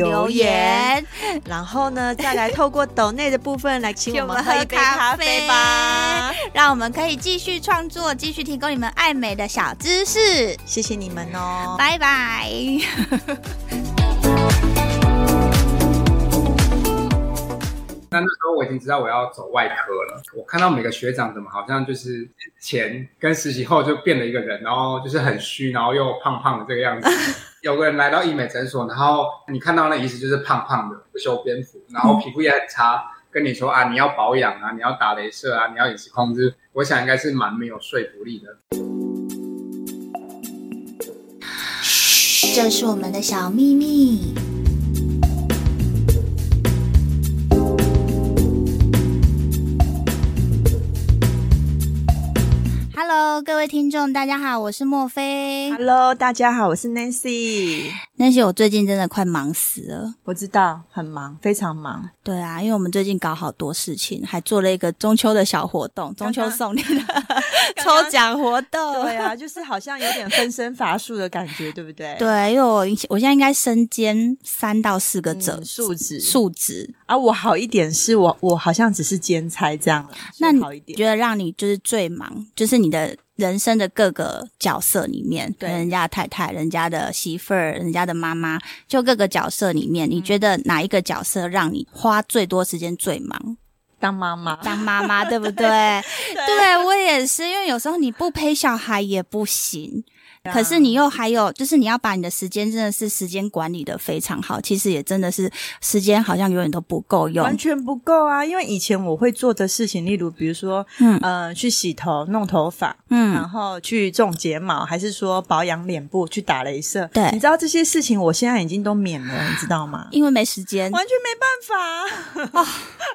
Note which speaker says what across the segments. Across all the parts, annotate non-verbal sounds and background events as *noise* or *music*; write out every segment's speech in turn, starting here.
Speaker 1: 留言，。然后呢，再来透过抖内的部分来请
Speaker 2: 请
Speaker 1: 我
Speaker 2: 我
Speaker 1: 们
Speaker 2: 们
Speaker 1: 喝
Speaker 2: 喝
Speaker 1: 一
Speaker 2: 一
Speaker 1: 杯
Speaker 2: 杯
Speaker 1: 咖
Speaker 2: 咖
Speaker 1: 啡
Speaker 2: 啡
Speaker 1: 吧。
Speaker 2: 让我们可以继续创作，继续提供你们爱美的小知识。
Speaker 1: 谢谢你们哦。
Speaker 2: 拜拜。
Speaker 3: 那那时候我已经知道我要走外科了。我看到每个学长怎么好像就是前跟实习后就变了一个人，然后就是很虚，然后又胖胖的这个样子。有个人来到医美诊所，然后你看到那医师就是胖胖的，不修边幅，然后皮肤也很差，跟你说啊，你要保养啊，你要打镭射啊，你要饮食控制，我想应该是蛮没有说服力的。
Speaker 2: 这是我们的小秘密。Hello，各位听众，大家好，我是莫菲。
Speaker 1: Hello，大家好，我是 Nancy。
Speaker 2: 那些我最近真的快忙死了。
Speaker 1: 我知道很忙，非常忙。
Speaker 2: 对啊，因为我们最近搞好多事情，还做了一个中秋的小活动，中秋送礼的
Speaker 1: 刚
Speaker 2: 抽奖活动。
Speaker 1: 对啊，就是好像有点分身乏术的感觉，对不对？
Speaker 2: 对，因为我我现在应该身兼三到四个
Speaker 1: 嗯，
Speaker 2: 者
Speaker 1: 数值
Speaker 2: 数值，
Speaker 1: 啊，我好一点是我我好像只是兼差这样了，
Speaker 2: 那
Speaker 1: 所以
Speaker 2: 你
Speaker 1: 好一点。
Speaker 2: 觉得让你就是最忙，就是你的人生的各个角色里面，
Speaker 1: 对
Speaker 2: 人家的太太、人家的媳妇儿、人家的妈妈，就各个角色里面，
Speaker 1: 嗯
Speaker 2: 你觉得哪一个角色让你花最多时间最忙？
Speaker 1: 当妈妈，
Speaker 2: 当妈妈，对
Speaker 1: *laughs*
Speaker 2: 不对？对我也是，因为有时候你不陪小孩也不行。
Speaker 1: 对啊
Speaker 2: 可是你又还有，就是你要把你的时间真的是时间管理的非常好，其实也真的是时间好像永远都不够用
Speaker 1: 完。全不够啊！因为以前我会做的事情，例如比如说，
Speaker 2: 嗯
Speaker 1: 呃，去洗头、弄头发，
Speaker 2: 嗯
Speaker 1: 然，后去种睫毛，还是说保养脸部、去打镭射。
Speaker 2: 对
Speaker 1: 你知道这些事情，我现在已经都免了，你知道
Speaker 2: *laughs*
Speaker 1: 吗？
Speaker 2: 因为没时间。
Speaker 1: 完全没办法，
Speaker 2: *laughs*
Speaker 1: 啊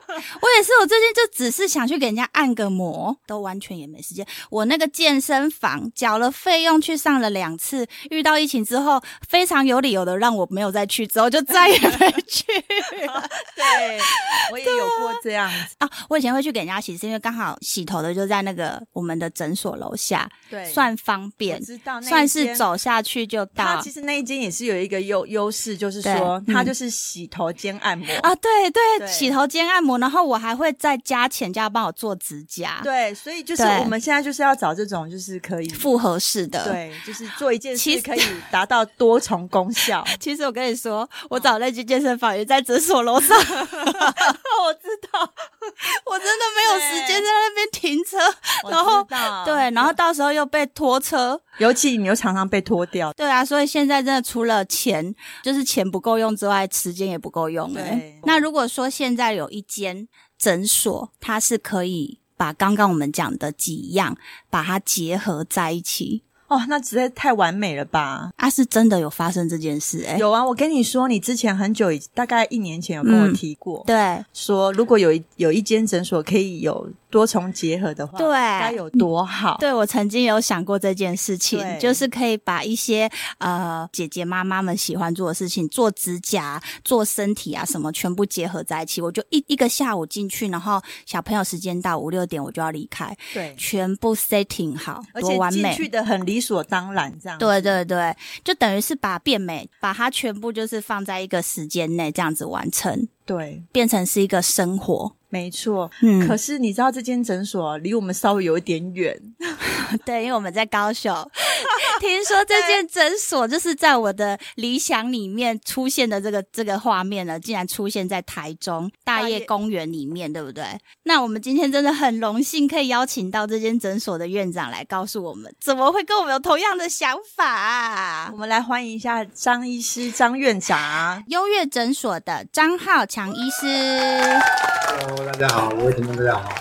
Speaker 2: 我也是，我最近就只是想去给人家按个摩，都完全也没时间。我那个健身房缴了费用去上了两次，遇到疫情之后，非常有理由的让我没有再去，之后就再也没
Speaker 1: *laughs*
Speaker 2: 去
Speaker 1: 对我也有过这样子，
Speaker 2: 啊。我以前会去给人家洗，是因为刚好洗头的就在那个我们的诊所楼下，
Speaker 1: 对
Speaker 2: 算方
Speaker 1: 我
Speaker 2: 便，
Speaker 1: 知道，那一
Speaker 2: 算是
Speaker 1: 间
Speaker 2: 走下去就
Speaker 1: 它
Speaker 2: 到
Speaker 1: 其实那一间也是有一个优优势，就是说
Speaker 2: 对嗯
Speaker 1: 它就是洗头兼按摩。
Speaker 2: 啊。对对，
Speaker 1: 对
Speaker 2: 洗头兼按摩，然后我还会再加钱叫他帮我做指甲，，
Speaker 1: 对，所以就是
Speaker 2: 对
Speaker 1: 我们现在就是要找这种就是可以
Speaker 2: 复合式的，。
Speaker 1: 对，就是做一件
Speaker 2: 其
Speaker 1: 事
Speaker 2: 实
Speaker 1: 可以达到多重
Speaker 2: *laughs*
Speaker 1: 功效。
Speaker 2: 其实我跟你说，
Speaker 1: 嗯
Speaker 2: 我找那间健身房也在诊所楼上， *laughs*
Speaker 1: 我知道，
Speaker 2: 我真的没有时间在那边停车，然
Speaker 1: 我
Speaker 2: 后
Speaker 1: 知道
Speaker 2: 对，，然后到时候又被拖车，
Speaker 1: *laughs* 尤其你又常常被脱掉。
Speaker 2: 对啊，所以现在真的除了钱，就是钱不够用之外，时间也不够用、
Speaker 1: 对
Speaker 2: 欸。那如果说现在有一间诊所，它是可以把刚刚我们讲的几样把它结合在一起，
Speaker 1: 哦，那实在太完美了吧？
Speaker 2: 啊，是真的有发生这件事哎、欸，
Speaker 1: 有啊，我跟你说，你之前很久以，大概一年前有跟我
Speaker 2: 嗯
Speaker 1: 提过，
Speaker 2: 对
Speaker 1: 说如果有一有一间诊所可以有多重结合的话，
Speaker 2: 对
Speaker 1: 该有多好。
Speaker 2: 对，我曾经有想过这件事情
Speaker 1: 对，
Speaker 2: 就是可以把一些呃姐姐妈妈们喜欢做的事情，做指甲、做身体啊什么，全部结合在一起。我就一一个下午进去，然后小朋友时间到五六点我就要离开，
Speaker 1: 对，
Speaker 2: 全部 setting 好，
Speaker 1: 而
Speaker 2: 多
Speaker 1: 且
Speaker 2: 完
Speaker 1: 进
Speaker 2: 美
Speaker 1: 去。的很理所当然，这样子
Speaker 2: 对对对，就等于是把变美，把它全部就是放在一个时间内这样子完成，
Speaker 1: 对，
Speaker 2: 变成是一个生活。
Speaker 1: 没错。
Speaker 2: 嗯，
Speaker 1: 可是你知道这间诊所离我们稍微有一点远，
Speaker 2: 对，因为我们在高雄， *laughs* 听说这间诊所就是在我的理想里面出现的这个这个画面呢，竟然出现在台中大
Speaker 1: 大
Speaker 2: 业
Speaker 1: 业
Speaker 2: 公园里面，对不对？那我们今天真的很荣幸可以邀请到这间诊所的院长来告诉我们，怎么会跟我们有同样的想法、啊
Speaker 1: 我？们来欢迎一下张医师、张院长。
Speaker 2: 优越诊所的张浩强医师，
Speaker 3: Hello，大家好，各位听众大家好。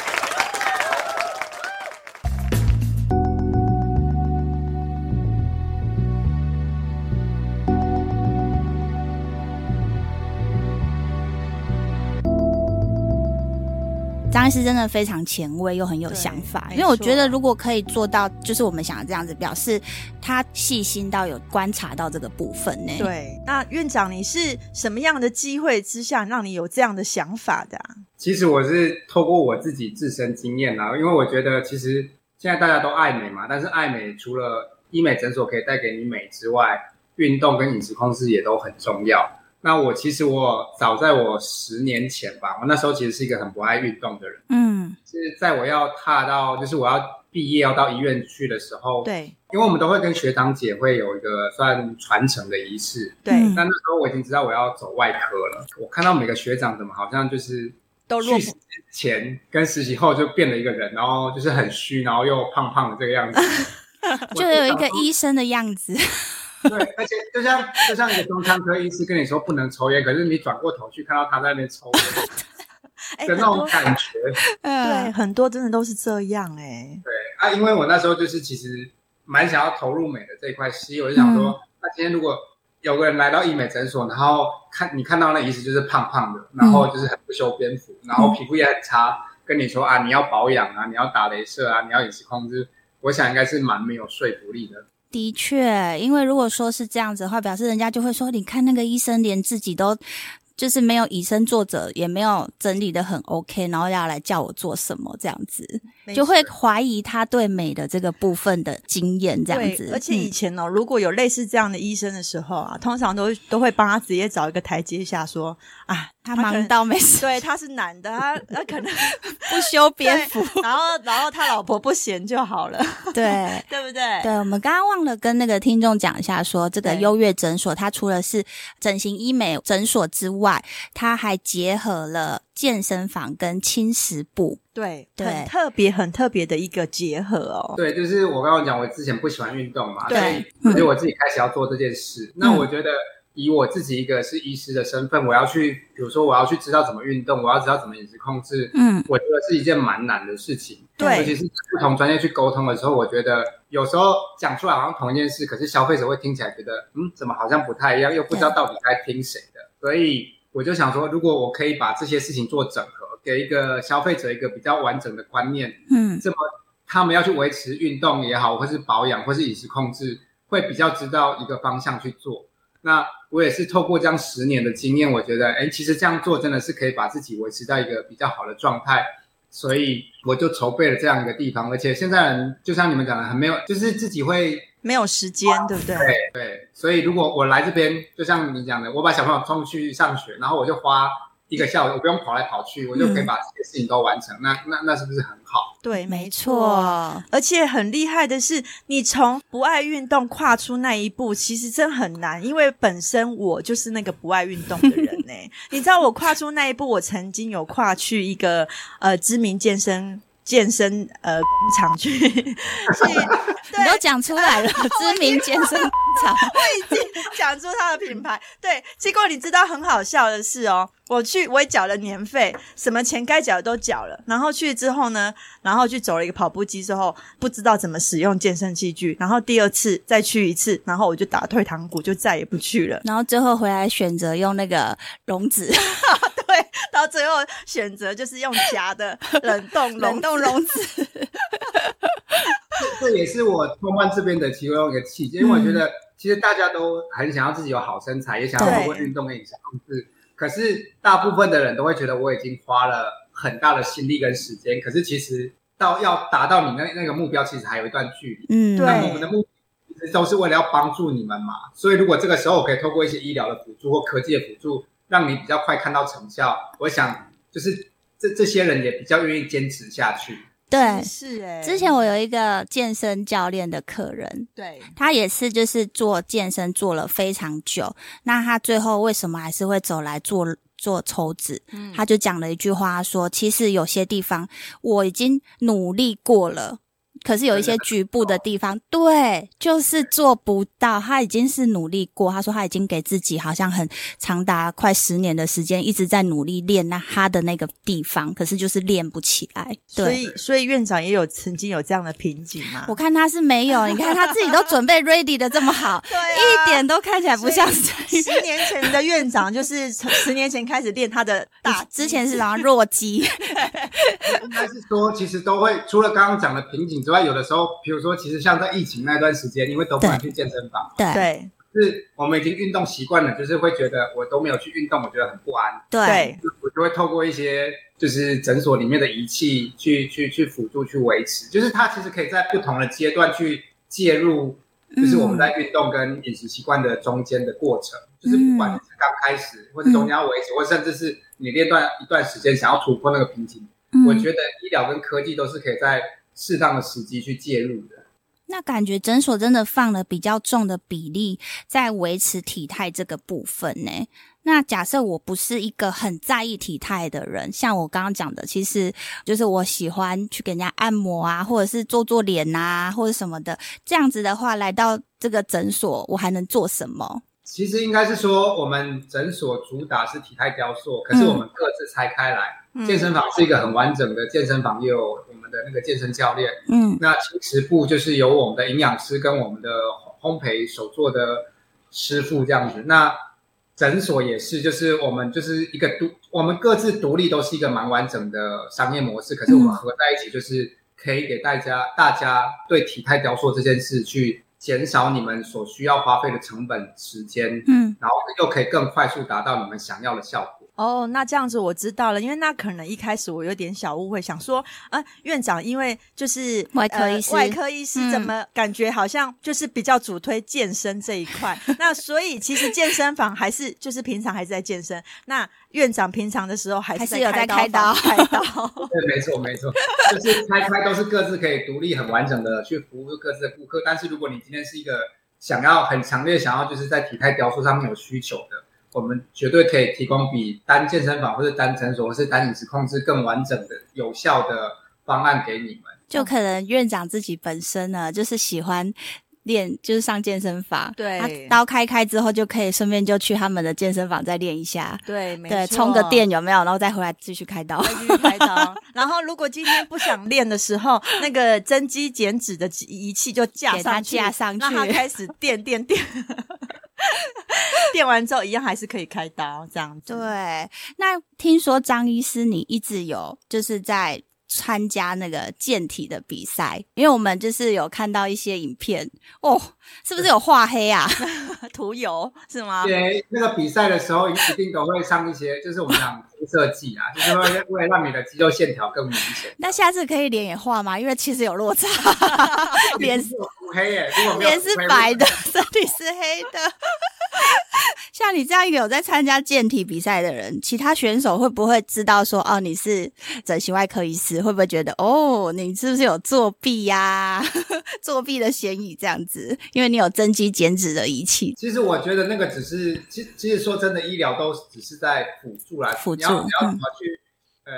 Speaker 2: 张医师真的非常前卫又很有想法，
Speaker 1: 对
Speaker 2: 因为我
Speaker 1: 没错
Speaker 2: 觉得如果可以做到，就是我们想的这样子，表示他细心到有观察到这个部分呢。，
Speaker 1: 对，那院长，你是什么样的机会之下让你有这样的想法的、啊？
Speaker 3: 其实我是透过我自己自身经验啦，因为我觉得其实现在大家都爱美嘛，但是爱美除了医美诊所可以带给你美之外，运动跟饮食控制也都很重要。那我其实我早在我十年前吧，我那时候其实是一个很不爱运动的人，
Speaker 2: 嗯，
Speaker 3: 是在我要踏到就是我要毕业要到医院去的时候，，
Speaker 1: 对
Speaker 3: 因为我们都会跟学长姐会有一个算传承的仪式，
Speaker 1: 对，
Speaker 2: 嗯
Speaker 3: 但那时候我已经知道我要走外科了，我看到每个学长怎么好像就是
Speaker 1: 都落
Speaker 3: 去
Speaker 1: 魄
Speaker 3: 实习前跟实习后就变了一个人，然后就是很虚，然后又胖胖的这个样子，我
Speaker 2: 就有一
Speaker 3: 想
Speaker 2: 个医生的样子。
Speaker 3: 对，而且就像就像一个胸腔科医师跟你说不能抽烟，可是你转过头去看到他在那边抽烟
Speaker 1: 哎，
Speaker 3: 的
Speaker 1: 很
Speaker 3: 那种
Speaker 1: 多
Speaker 3: 感觉。
Speaker 1: *laughs* 对
Speaker 2: 嗯，
Speaker 1: 很多真的都是这样哎、
Speaker 3: 啊，因为我那时候就是其实蛮想要投入美的这一块，西，我就想说，那今天如果有个人来到医美诊所，然后看你看到那医师就是胖胖的，然后就是很不修边幅，然后皮肤也很差，跟你说啊，你要保养啊，你要打镭射啊，你要饮食控制，我想应该是蛮没有说服力的。
Speaker 2: *laughs* 的确，因为如果说是这样子的话，表示人家就会说，你看那个医生连自己都就是没有以身作则，也没有整理的很 OK，然后要来叫我做什么这样子，
Speaker 1: 没
Speaker 2: 就会
Speaker 1: 错
Speaker 2: 怀疑他对美的这个部分的经验这样
Speaker 1: 对
Speaker 2: 子。
Speaker 1: 而且以
Speaker 2: 嗯
Speaker 1: 前哦，如果有类似这样的医生的时候啊，通常都会都会帮他直接找一个台阶下说啊，
Speaker 2: 他
Speaker 1: 可
Speaker 2: 忙
Speaker 1: 能。
Speaker 2: 到没事，
Speaker 1: 对，他是男的，他他可
Speaker 2: *laughs*
Speaker 1: 能
Speaker 2: 不修边幅。
Speaker 1: 对然后然后他老婆不嫌就好了，
Speaker 2: *laughs* 对，
Speaker 1: 对不对？
Speaker 2: 对，我们刚刚忘了跟那个听众讲一下说这个
Speaker 1: 对
Speaker 2: 优越诊所它除了是整形医美诊所之外，它还结合了健身房跟轻食部。
Speaker 1: 对
Speaker 2: 对
Speaker 1: 很特别很特别的一个结合哦。
Speaker 3: 对，就是我刚刚讲，我之前不喜欢运动嘛，
Speaker 1: 对
Speaker 3: 所以所以我自己开始要做这件事。那我觉得以我自己一个是医师的身份，我要去，比如说我要去知道怎么运动，我要知道怎么饮食控制，
Speaker 2: 嗯，
Speaker 3: 我觉得是一件蛮难的事情，
Speaker 1: 对
Speaker 3: 尤其是不同专业去沟通的时候，我觉得有时候讲出来好像同一件事，可是消费者会听起来觉得，嗯，怎么好像不太一样，又不知道到底该听谁的，所以我就想说，如果我可以把这些事情做整合，给一个消费者一个比较完整的观念，
Speaker 2: 嗯，
Speaker 3: 这么他们要去维持运动也好，或是保养，或是饮食控制，会比较知道一个方向去做。那我也是透过这样十年的经验，我觉得，哎，其实这样做真的是可以把自己维持到一个比较好的状态，所以我就筹备了这样一个地方。而且现在人就像你们讲的，很没有，就是自己会
Speaker 1: 没有时间，对不对？
Speaker 3: 对，所以如果我来这边，就像你讲的，我把小朋友送去上学，然后我就花一个下午，我不用跑来跑去，我就可以把这些事情都完成。那那那是不是很好？
Speaker 1: 对，
Speaker 2: 没
Speaker 1: 没错。
Speaker 2: 错。
Speaker 1: 而且很厉害的是，你从不爱运动跨出那一步，其实真很难，因为本身我就是那个不爱运动的人 *laughs* 呢、你知道，我跨出那一步，我曾经有跨去一个呃知名健身健身呃工厂去去，
Speaker 2: 你都
Speaker 1: 对，
Speaker 2: 讲出 *laughs* 来了，知名健身场，
Speaker 1: 讲出它的品牌。 *laughs* 对，结果你知道很好笑的是哦，我去我也缴了年费，什么钱该缴的都缴了，然后去之后呢，然后去走了一个跑步机之后，不知道怎么使用健身器具，然后第二次再去一次，然后我就打退堂鼓，就再也不去了。
Speaker 2: *laughs*
Speaker 1: *laughs*
Speaker 2: 然后最后回来选择用那个溶脂，
Speaker 1: 对，到最后选择就是用夹的冷冻笼
Speaker 2: 冷冻溶脂。
Speaker 3: 这也是我通关这边的其中一个契机，因为我觉得其实大家都很想要自己有好身材，也想要通过运动跟饮食控制。可是大部分的人都会觉得我已经花了很大的心力跟时间，可是其实到要达到你那那个目标，其实还有一段距离。
Speaker 2: 嗯，
Speaker 1: 对
Speaker 3: 那我们的目的其实都是为了要帮助你们嘛，所以如果这个时候我可以透过一些医疗的辅助或科技的辅助，让你比较快看到成效，我想就是这这些人也比较愿意坚持下去。
Speaker 2: 对。
Speaker 1: 是哎、
Speaker 2: 之前我有一个健身教练的客人，
Speaker 1: 对
Speaker 2: 他也是就是做健身做了非常久，那他最后为什么还是会走来做做抽脂？
Speaker 1: 嗯
Speaker 2: 他就讲了一句话说，其实有些地方我已经努力过了。可是有一些局部的地方，对，就是做不到。他已经是努力过，他说他已经给自己好像很长达快十年的时间一直在努力练那他的那个地方，可是就是练不起来。对，
Speaker 1: 所以所以院长也有曾经有这样的瓶颈嘛
Speaker 2: 我？看他是没有，你看他自己都准备 ready 的这么好，
Speaker 1: 对啊
Speaker 2: 一点都看起来不像是。
Speaker 1: 十年前的院长就是从十年前开始练他的大
Speaker 2: 打之前是然后弱鸡，
Speaker 3: 应该是说，其实都会除了刚刚讲的瓶颈之外，有的时候，比如说，其实像在疫情那段时间，因为都不敢去健身房，
Speaker 2: *laughs* 对
Speaker 1: 对
Speaker 3: 是我们已经运动习惯了，就是会觉得我都没有去运动，我觉得很不安，
Speaker 2: 对
Speaker 1: 对
Speaker 3: 我就会透过一些就是诊所里面的仪器去去去辅助去维持，就是它其实可以在不同的阶段去介入，就是我们在运动跟饮食习惯的中间的过程，就是不管你是刚开始，或是中间要维持，或甚至是你练段一段时间想要突破那个瓶颈，
Speaker 2: 嗯
Speaker 3: 我觉得医疗跟科技都是可以在适当的时机去介入的。
Speaker 2: 那感觉诊所真的放了比较重的比例在维持体态这个部分呢。那假设我不是一个很在意体态的人，像我刚刚讲的，其实就是我喜欢去给人家按摩啊，或者是做做脸啊，或者什么的。这样子的话，来到这个诊所，我还能做什么？
Speaker 3: 其实应该是说，我们诊所主打是体态雕塑，可是我们各自拆开来，
Speaker 1: 嗯
Speaker 3: 健身房是一个很完整的健身房，也有我们的那个健身教练。
Speaker 2: 嗯
Speaker 3: 那轻食部就是由我们的营养师跟我们的烘焙手做的师傅这样子。那诊所也是，就是我们就是一个独，我们各自独立都是一个蛮完整的商业模式，可是我们合在一起，就是可以给大家大家对体态雕塑这件事去减少你们所需要花费的成本、时间，
Speaker 2: 嗯，
Speaker 3: 然后又可以更快速达到你们想要的效果。
Speaker 1: 哦，那这样子我知道了，因为那可能一开始我有点小误会，想说啊，院长因为就是
Speaker 2: 外科医师
Speaker 1: 呃，外科医师怎么感觉好像就是比较主推健身这一
Speaker 2: *laughs*
Speaker 1: 块，那所以其实健身房还是就是平常还是在健身，那院长平常的时候还
Speaker 2: 还
Speaker 1: 是
Speaker 2: 是有在
Speaker 1: 开刀
Speaker 2: 开
Speaker 1: 房开
Speaker 2: *laughs*
Speaker 1: 刀，
Speaker 3: 对，没错，没错，就是拆开都是各自可以独立、很完整的去服务各自的顾客。但是如果你今天是一个想要很强烈想要就是在体态雕塑上面有需求的，我们绝对可以提供比单健身房或是单诊所或是单饮食控制更完整的、有效的方案给你们。
Speaker 2: 就可能院长自己本身呢，就是喜欢。练就是上健身房，
Speaker 1: 对
Speaker 2: 他刀开开之后就可以顺便就去他们的健身房再练一下，
Speaker 1: 对，没
Speaker 2: 对，
Speaker 1: 错
Speaker 2: 充个电有没有？然后再回来继续开
Speaker 1: *laughs*
Speaker 2: 刀。
Speaker 1: 再继续开刀。然后如果今天不想练的时候，那个增肌减脂的仪器就架
Speaker 2: 给它
Speaker 1: 上去，
Speaker 2: 架上去
Speaker 1: 让它开始电电电。电完之后一样还是可以开刀，这样子。
Speaker 2: 对，那听说张医师你一直有就是在参加那个健体的比赛，因为我们就是有看到一些影片哦，是不是有画黑啊？ *laughs*
Speaker 1: 对，涂油是吗？
Speaker 3: 对，那个比赛的时候一定都会上一些，就是我们讲肤色剂啊，就是会为了让你的肌肉线条更明显。
Speaker 2: 那下次可以脸也画吗？因为其实有落差， *laughs* 脸
Speaker 3: 是黑耶，如果没有
Speaker 2: 脸是
Speaker 3: 腹黑
Speaker 2: 白的， *laughs* 身体是黑的。 *laughs* 像你这样一个有在参加健体比赛的人，其他选手会不会知道说哦你是整形外科医师？会不会觉得哦你是不是有作弊呀、 *laughs* 作弊的嫌疑这样子？因为你有增肌减脂的仪器。
Speaker 3: 其实我觉得那个只是，其其实说真的，医疗都只是在辅助啦，
Speaker 2: 辅助
Speaker 3: 你要你
Speaker 2: 嗯
Speaker 3: 要怎么去，呃，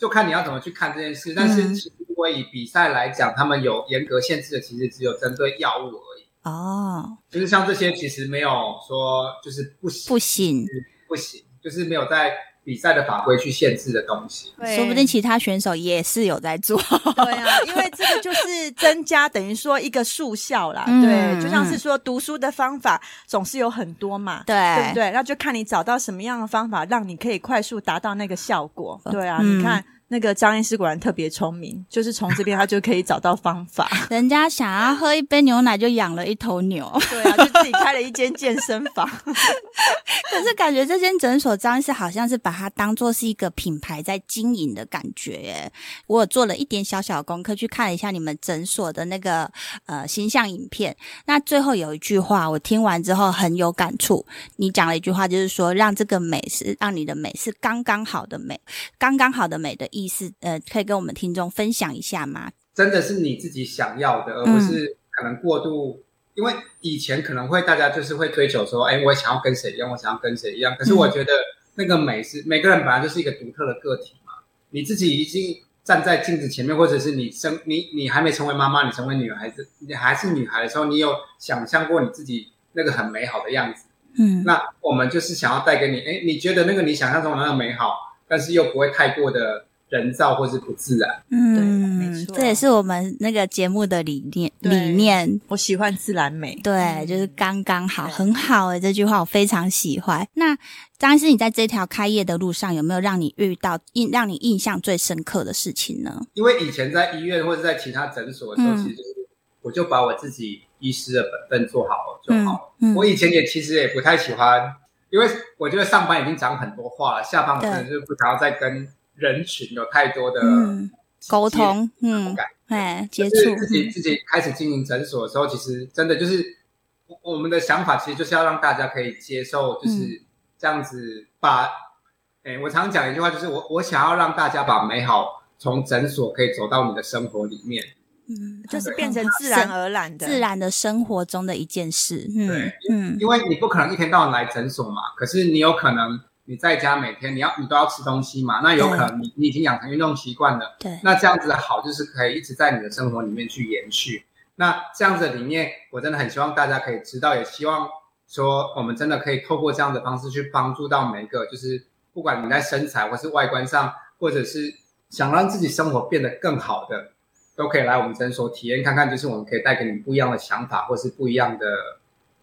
Speaker 3: 就看你要怎么去看这件事。但是
Speaker 2: 嗯
Speaker 3: 其实如果以比赛来讲，他们有严格限制的，其实只有针对药物而已。
Speaker 2: 哦，
Speaker 3: 就是像这些，其实没有说就是不行
Speaker 2: 不行，
Speaker 3: 不行，就是没有在比赛的法规去限制的东西。
Speaker 1: 对
Speaker 2: 说不定其他选手也是有在做。
Speaker 1: 对啊，因为这个就是增加，等于说一个速效啦。
Speaker 2: 嗯
Speaker 1: 对，就像是说读书的方法总是有很多
Speaker 2: *laughs*
Speaker 1: 嘛。
Speaker 2: 对
Speaker 1: 对不对？那就看你找到什么样的方法，让你可以快速达到那个效果。对啊，
Speaker 2: 嗯
Speaker 1: 你看那个张医师果然特别聪明，就是从这边他就可以找到
Speaker 2: *laughs*
Speaker 1: 方法。
Speaker 2: 人家想要喝一杯牛奶就养了一头牛。
Speaker 1: 对啊，就自己开了一间健身房。
Speaker 2: 可是感觉这间诊所张医师好像是把它当做是一个品牌在经营的感觉耶。我有做了一点小小的功课，去看了一下你们诊所的那个呃形象影片。那最后有一句话，我听完之后很有感触。你讲了一句话，就是说让这个美是让你的美是刚刚好的美，刚刚好的美的意思，呃，可以跟我们听众分享一下吗？
Speaker 3: 真的是你自己想要的，而不是可能过度。因为以前可能会大家就是会追求说，哎，我想要跟谁一样，我想要跟谁一样。可是我觉得那个美是、每个人本来就是一个独特的个体嘛，你自己已经站在镜子前面，或者是你生你你还没成为妈妈，你成为女孩子，你还是女孩的时候，你有想象过你自己那个很美好的样子。
Speaker 2: 嗯
Speaker 3: 那我们就是想要带给你，哎，你觉得那个你想象中的那个美好，但是又不会太过的人造或是不自然。
Speaker 1: 没
Speaker 2: 嗯，
Speaker 1: 错
Speaker 2: 这也是我们那个节目的理念
Speaker 1: 对
Speaker 2: 理念。
Speaker 1: 我喜欢自然美。
Speaker 2: 对，就是刚刚好，
Speaker 1: 嗯对
Speaker 2: 很好诶、这句话我非常喜欢。那张医师，你在这条开业的路上有没有让你遇到印让你印象最深刻的事情呢？
Speaker 3: 因为以前在医院或者在其他诊所的时候，
Speaker 2: 嗯
Speaker 3: 其实就是我就把我自己医师的本分做好就
Speaker 2: 嗯
Speaker 3: 好了。
Speaker 2: 嗯
Speaker 3: 我以前也其实也不太喜欢，因为我觉得上班已经讲很多话了，下班我真的就是不想要再跟人群有太多的
Speaker 1: 呃
Speaker 2: 嗯沟
Speaker 3: 接
Speaker 2: 通，嗯
Speaker 3: 感，
Speaker 2: 哎，接
Speaker 3: 就
Speaker 2: 触，
Speaker 3: 是自己
Speaker 2: 嗯
Speaker 3: 自己开始经营诊所的时候，其实真的就是我我们的想法，其实就是要让大家可以接受，
Speaker 2: 嗯
Speaker 3: 就是这样子把，哎、我常讲一句话，就是我我想要让大家把美好从诊所可以走到你的生活里面，
Speaker 2: 嗯，
Speaker 1: 就是
Speaker 2: 很
Speaker 1: 变
Speaker 2: *laughs*
Speaker 1: 成
Speaker 2: 好
Speaker 1: 自然
Speaker 2: 生
Speaker 1: 而然的，
Speaker 2: 自然的生活中的一件事，嗯
Speaker 3: 对
Speaker 2: 嗯
Speaker 3: 因为你不可能一天到晚来诊所嘛，可是你有可能你在家每天你要你都要吃东西嘛，那有可能你你已经养成运动习惯了。
Speaker 2: 对，
Speaker 3: 那这样子的好就是可以一直在你的生活里面去延续。那这样子的理念，我真的很希望大家可以知道，也希望说我们真的可以透过这样的方式去帮助到每一个，就是不管你在身材或是外观上，或者是想让自己生活变得更好的，都可以来我们诊所体验看看，就是我们可以带给你不一样的想法或是不一样的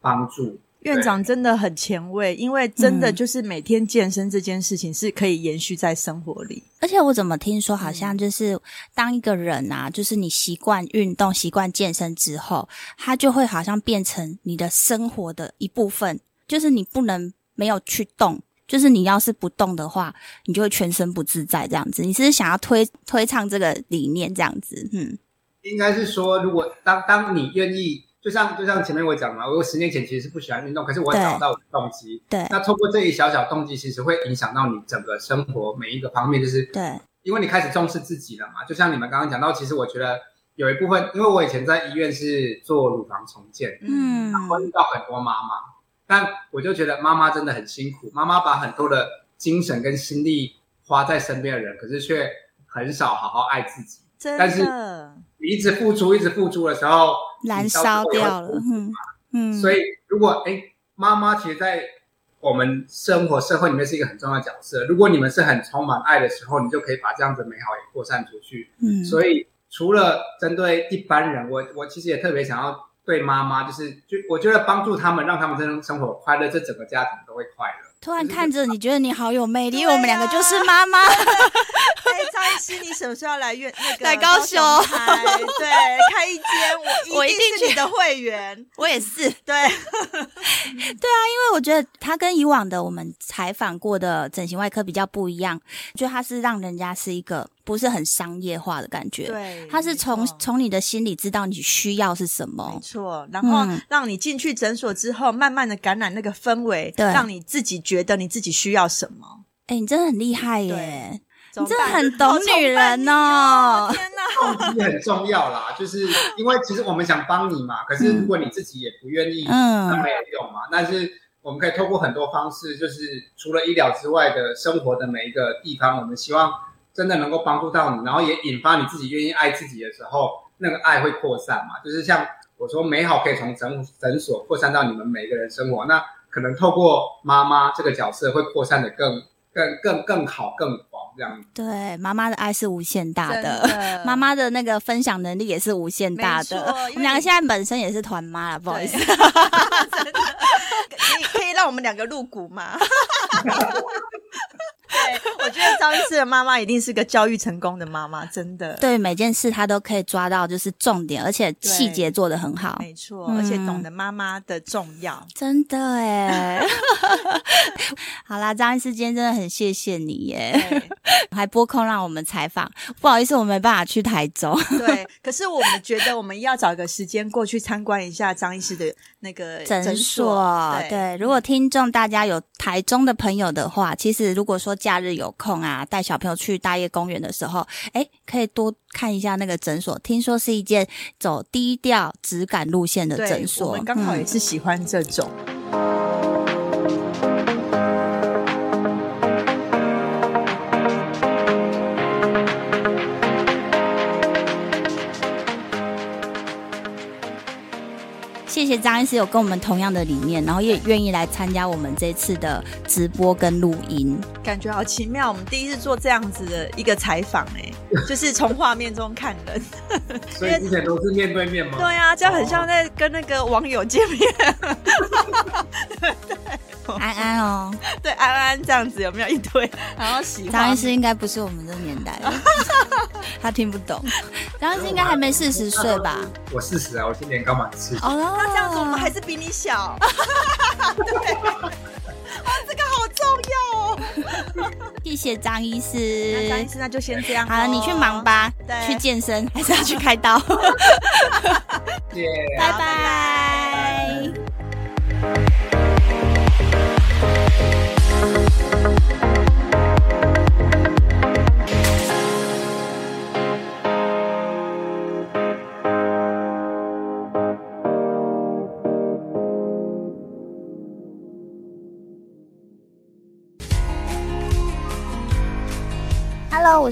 Speaker 3: 帮助。
Speaker 1: 院长真的很前卫，因为真的
Speaker 2: 嗯
Speaker 1: 就是每天健身这件事情是可以延续在生活里。
Speaker 2: 而且我怎么听说，好
Speaker 3: 嗯
Speaker 2: 像就是当一个人啊，就是你习惯运动、习惯健身之后，它就会好像变成你的生活的一部分，就是你不能没有去动。就是你要是不动的话，你就会全身不自在这样子。你是想要推推倡这个理念这样子，嗯
Speaker 3: 应该是说，如果当当你愿意，就像就像前面我讲嘛，我十年前其实是不喜欢运动，可是我
Speaker 2: 对
Speaker 3: 找到我的动机。
Speaker 2: 对
Speaker 3: 那通过这一小小动机，其实会影响到你整个生活每一个方面，就是
Speaker 2: 对，
Speaker 3: 因为你开始重视自己了嘛。就像你们刚刚讲到，其实我觉得有一部分，因为我以前在医院是做乳房重建，
Speaker 2: 嗯
Speaker 3: 我遇到很多妈妈，但我就觉得妈妈真的很辛苦，妈妈把很多的精神跟心力花在身边的人，可是却很少好好爱自己。
Speaker 1: 真
Speaker 3: 但是
Speaker 1: 的，哎
Speaker 3: 你一直付出，一直付出的时候，
Speaker 2: 燃
Speaker 3: 你到
Speaker 2: 烧
Speaker 3: 最后
Speaker 2: 掉了，嗯嗯，
Speaker 3: 所以，如果哎，妈妈其实，在我们生活社会里面是一个很重要的角色。如果你们是很充满爱的时候，你就可以把这样子美好也扩散出去。
Speaker 2: 嗯，
Speaker 3: 所以，除了针对一般人，我我其实也特别想要对妈妈，就是就我觉得帮助他们，让他们真正生活快乐，这整个家庭都会快
Speaker 2: *laughs*
Speaker 3: 乐。
Speaker 2: 突然看着你，觉得你好有魅力，
Speaker 1: 对
Speaker 3: 啊
Speaker 2: 我们两个就是妈妈。 *laughs*
Speaker 1: 哎，张医师，你什么时候来院那个
Speaker 2: 来高雄
Speaker 1: 台？对，开一间，
Speaker 2: 我
Speaker 1: 我
Speaker 2: 一
Speaker 1: 一
Speaker 2: 定
Speaker 1: 定是你的会员。
Speaker 2: 我也是，
Speaker 1: 对，
Speaker 2: 因为我觉得他跟以往的我们采访过的整形外科比较不一样，就他是让人家是一个不是很商业化的感觉。，
Speaker 1: 对
Speaker 2: 他是从
Speaker 1: 没错
Speaker 2: 从你的心里知道你需要是什
Speaker 1: 没
Speaker 2: 么。
Speaker 1: 错，然后
Speaker 2: 嗯
Speaker 1: 让你进去诊所之后，慢慢的感染那个氛围，
Speaker 2: 对
Speaker 1: 让你自己觉得你自己需要什么。
Speaker 2: 哎、你真的很厉害耶
Speaker 1: 对！
Speaker 2: 你
Speaker 1: *laughs* 怎
Speaker 2: 真
Speaker 1: 么
Speaker 2: 的
Speaker 1: 办
Speaker 2: 很懂女人哦
Speaker 1: 好崇拜你哦。天哪！
Speaker 3: 动机很重要啦，就是因为其实我们想帮你嘛，可是如果你自己也不愿意，
Speaker 2: 嗯
Speaker 3: 那没有用嘛。但是我们可以透过很多方式，就是除了医疗之外的生活的每一个地方，我们希望真的能够帮助到你，然后也引发你自己愿意爱自己的时候，那个爱会扩散嘛。就是像我说，美好可以从诊诊所扩散到你们每一个人生活，那可能透过妈妈这个角色会扩散的更更更更好更广这样子。
Speaker 2: 对，妈妈的爱是无限大
Speaker 1: 真
Speaker 2: 的，
Speaker 1: 的
Speaker 2: 妈妈的那个分享能力也是无限大的
Speaker 1: 没。错因为
Speaker 2: 我们两个现在本身也是团妈了，不
Speaker 1: 不
Speaker 2: 好意思。 *laughs*
Speaker 1: 真的，可以可以让我们两个入股吗？ *laughs* 对，我觉得张医师的妈妈一定是个教育成功的妈妈，真的，
Speaker 2: 对每件事他都可以抓到，就是重点，而且
Speaker 1: 对
Speaker 2: 细节做得很好。
Speaker 1: 没错，
Speaker 2: 嗯
Speaker 1: 而且懂得妈妈的重
Speaker 2: *laughs*
Speaker 1: 要。
Speaker 2: 真的
Speaker 1: *laughs*
Speaker 2: 哎， *laughs* 好啦，张医师今天真的很谢谢你耶，
Speaker 1: 对，
Speaker 2: 还拨空让我们采访。不好意思，我没办法去台中。 *laughs*
Speaker 1: 对可是我们觉得我们要找个时间过去参观一下张医师的那个
Speaker 2: 诊
Speaker 1: 所。对，
Speaker 2: 对，如果听众大家有台中的朋友的话，其实如果说假日有空啊，带小朋友去大叶公园的时候，哎，可以多看一下那个诊所，听说是一间走低调质感路线的
Speaker 1: 对
Speaker 2: 诊
Speaker 1: 我
Speaker 2: 所嗯
Speaker 1: 们。刚好也是喜欢这种。
Speaker 2: 谢谢张医师有跟我们同样的理念，然后也愿意来参加我们这次的直播跟录音。
Speaker 1: 感觉好奇妙。我们第一次做这样子的一个采访，哎，就是从画面中看人。
Speaker 3: 所以之前都是面对面吗？
Speaker 1: 对啊，这样很像在跟那个网友见面。
Speaker 2: 安安哦，
Speaker 1: 对，安安这样子有没有
Speaker 2: *laughs*
Speaker 1: 一堆？然后喜
Speaker 2: 张医
Speaker 1: 欢
Speaker 2: 师应该不是我们这个年代 *laughs* 的，他听不懂。张医师应该还没四十岁吧？
Speaker 3: 我四十啊，我今年刚满四十。
Speaker 2: 哦，
Speaker 1: 那这样子我们还是比你
Speaker 2: *laughs*
Speaker 1: 小。对，哇，这个好重要哦。
Speaker 2: 谢谢张医
Speaker 1: 那张医
Speaker 2: 师。
Speaker 1: 师，那就先这样。
Speaker 2: 好了，你去忙。吧，
Speaker 1: 对
Speaker 2: 去健身还是要去开刀？
Speaker 3: 谢谢。
Speaker 2: 拜
Speaker 1: 拜
Speaker 2: 拜。Hello，我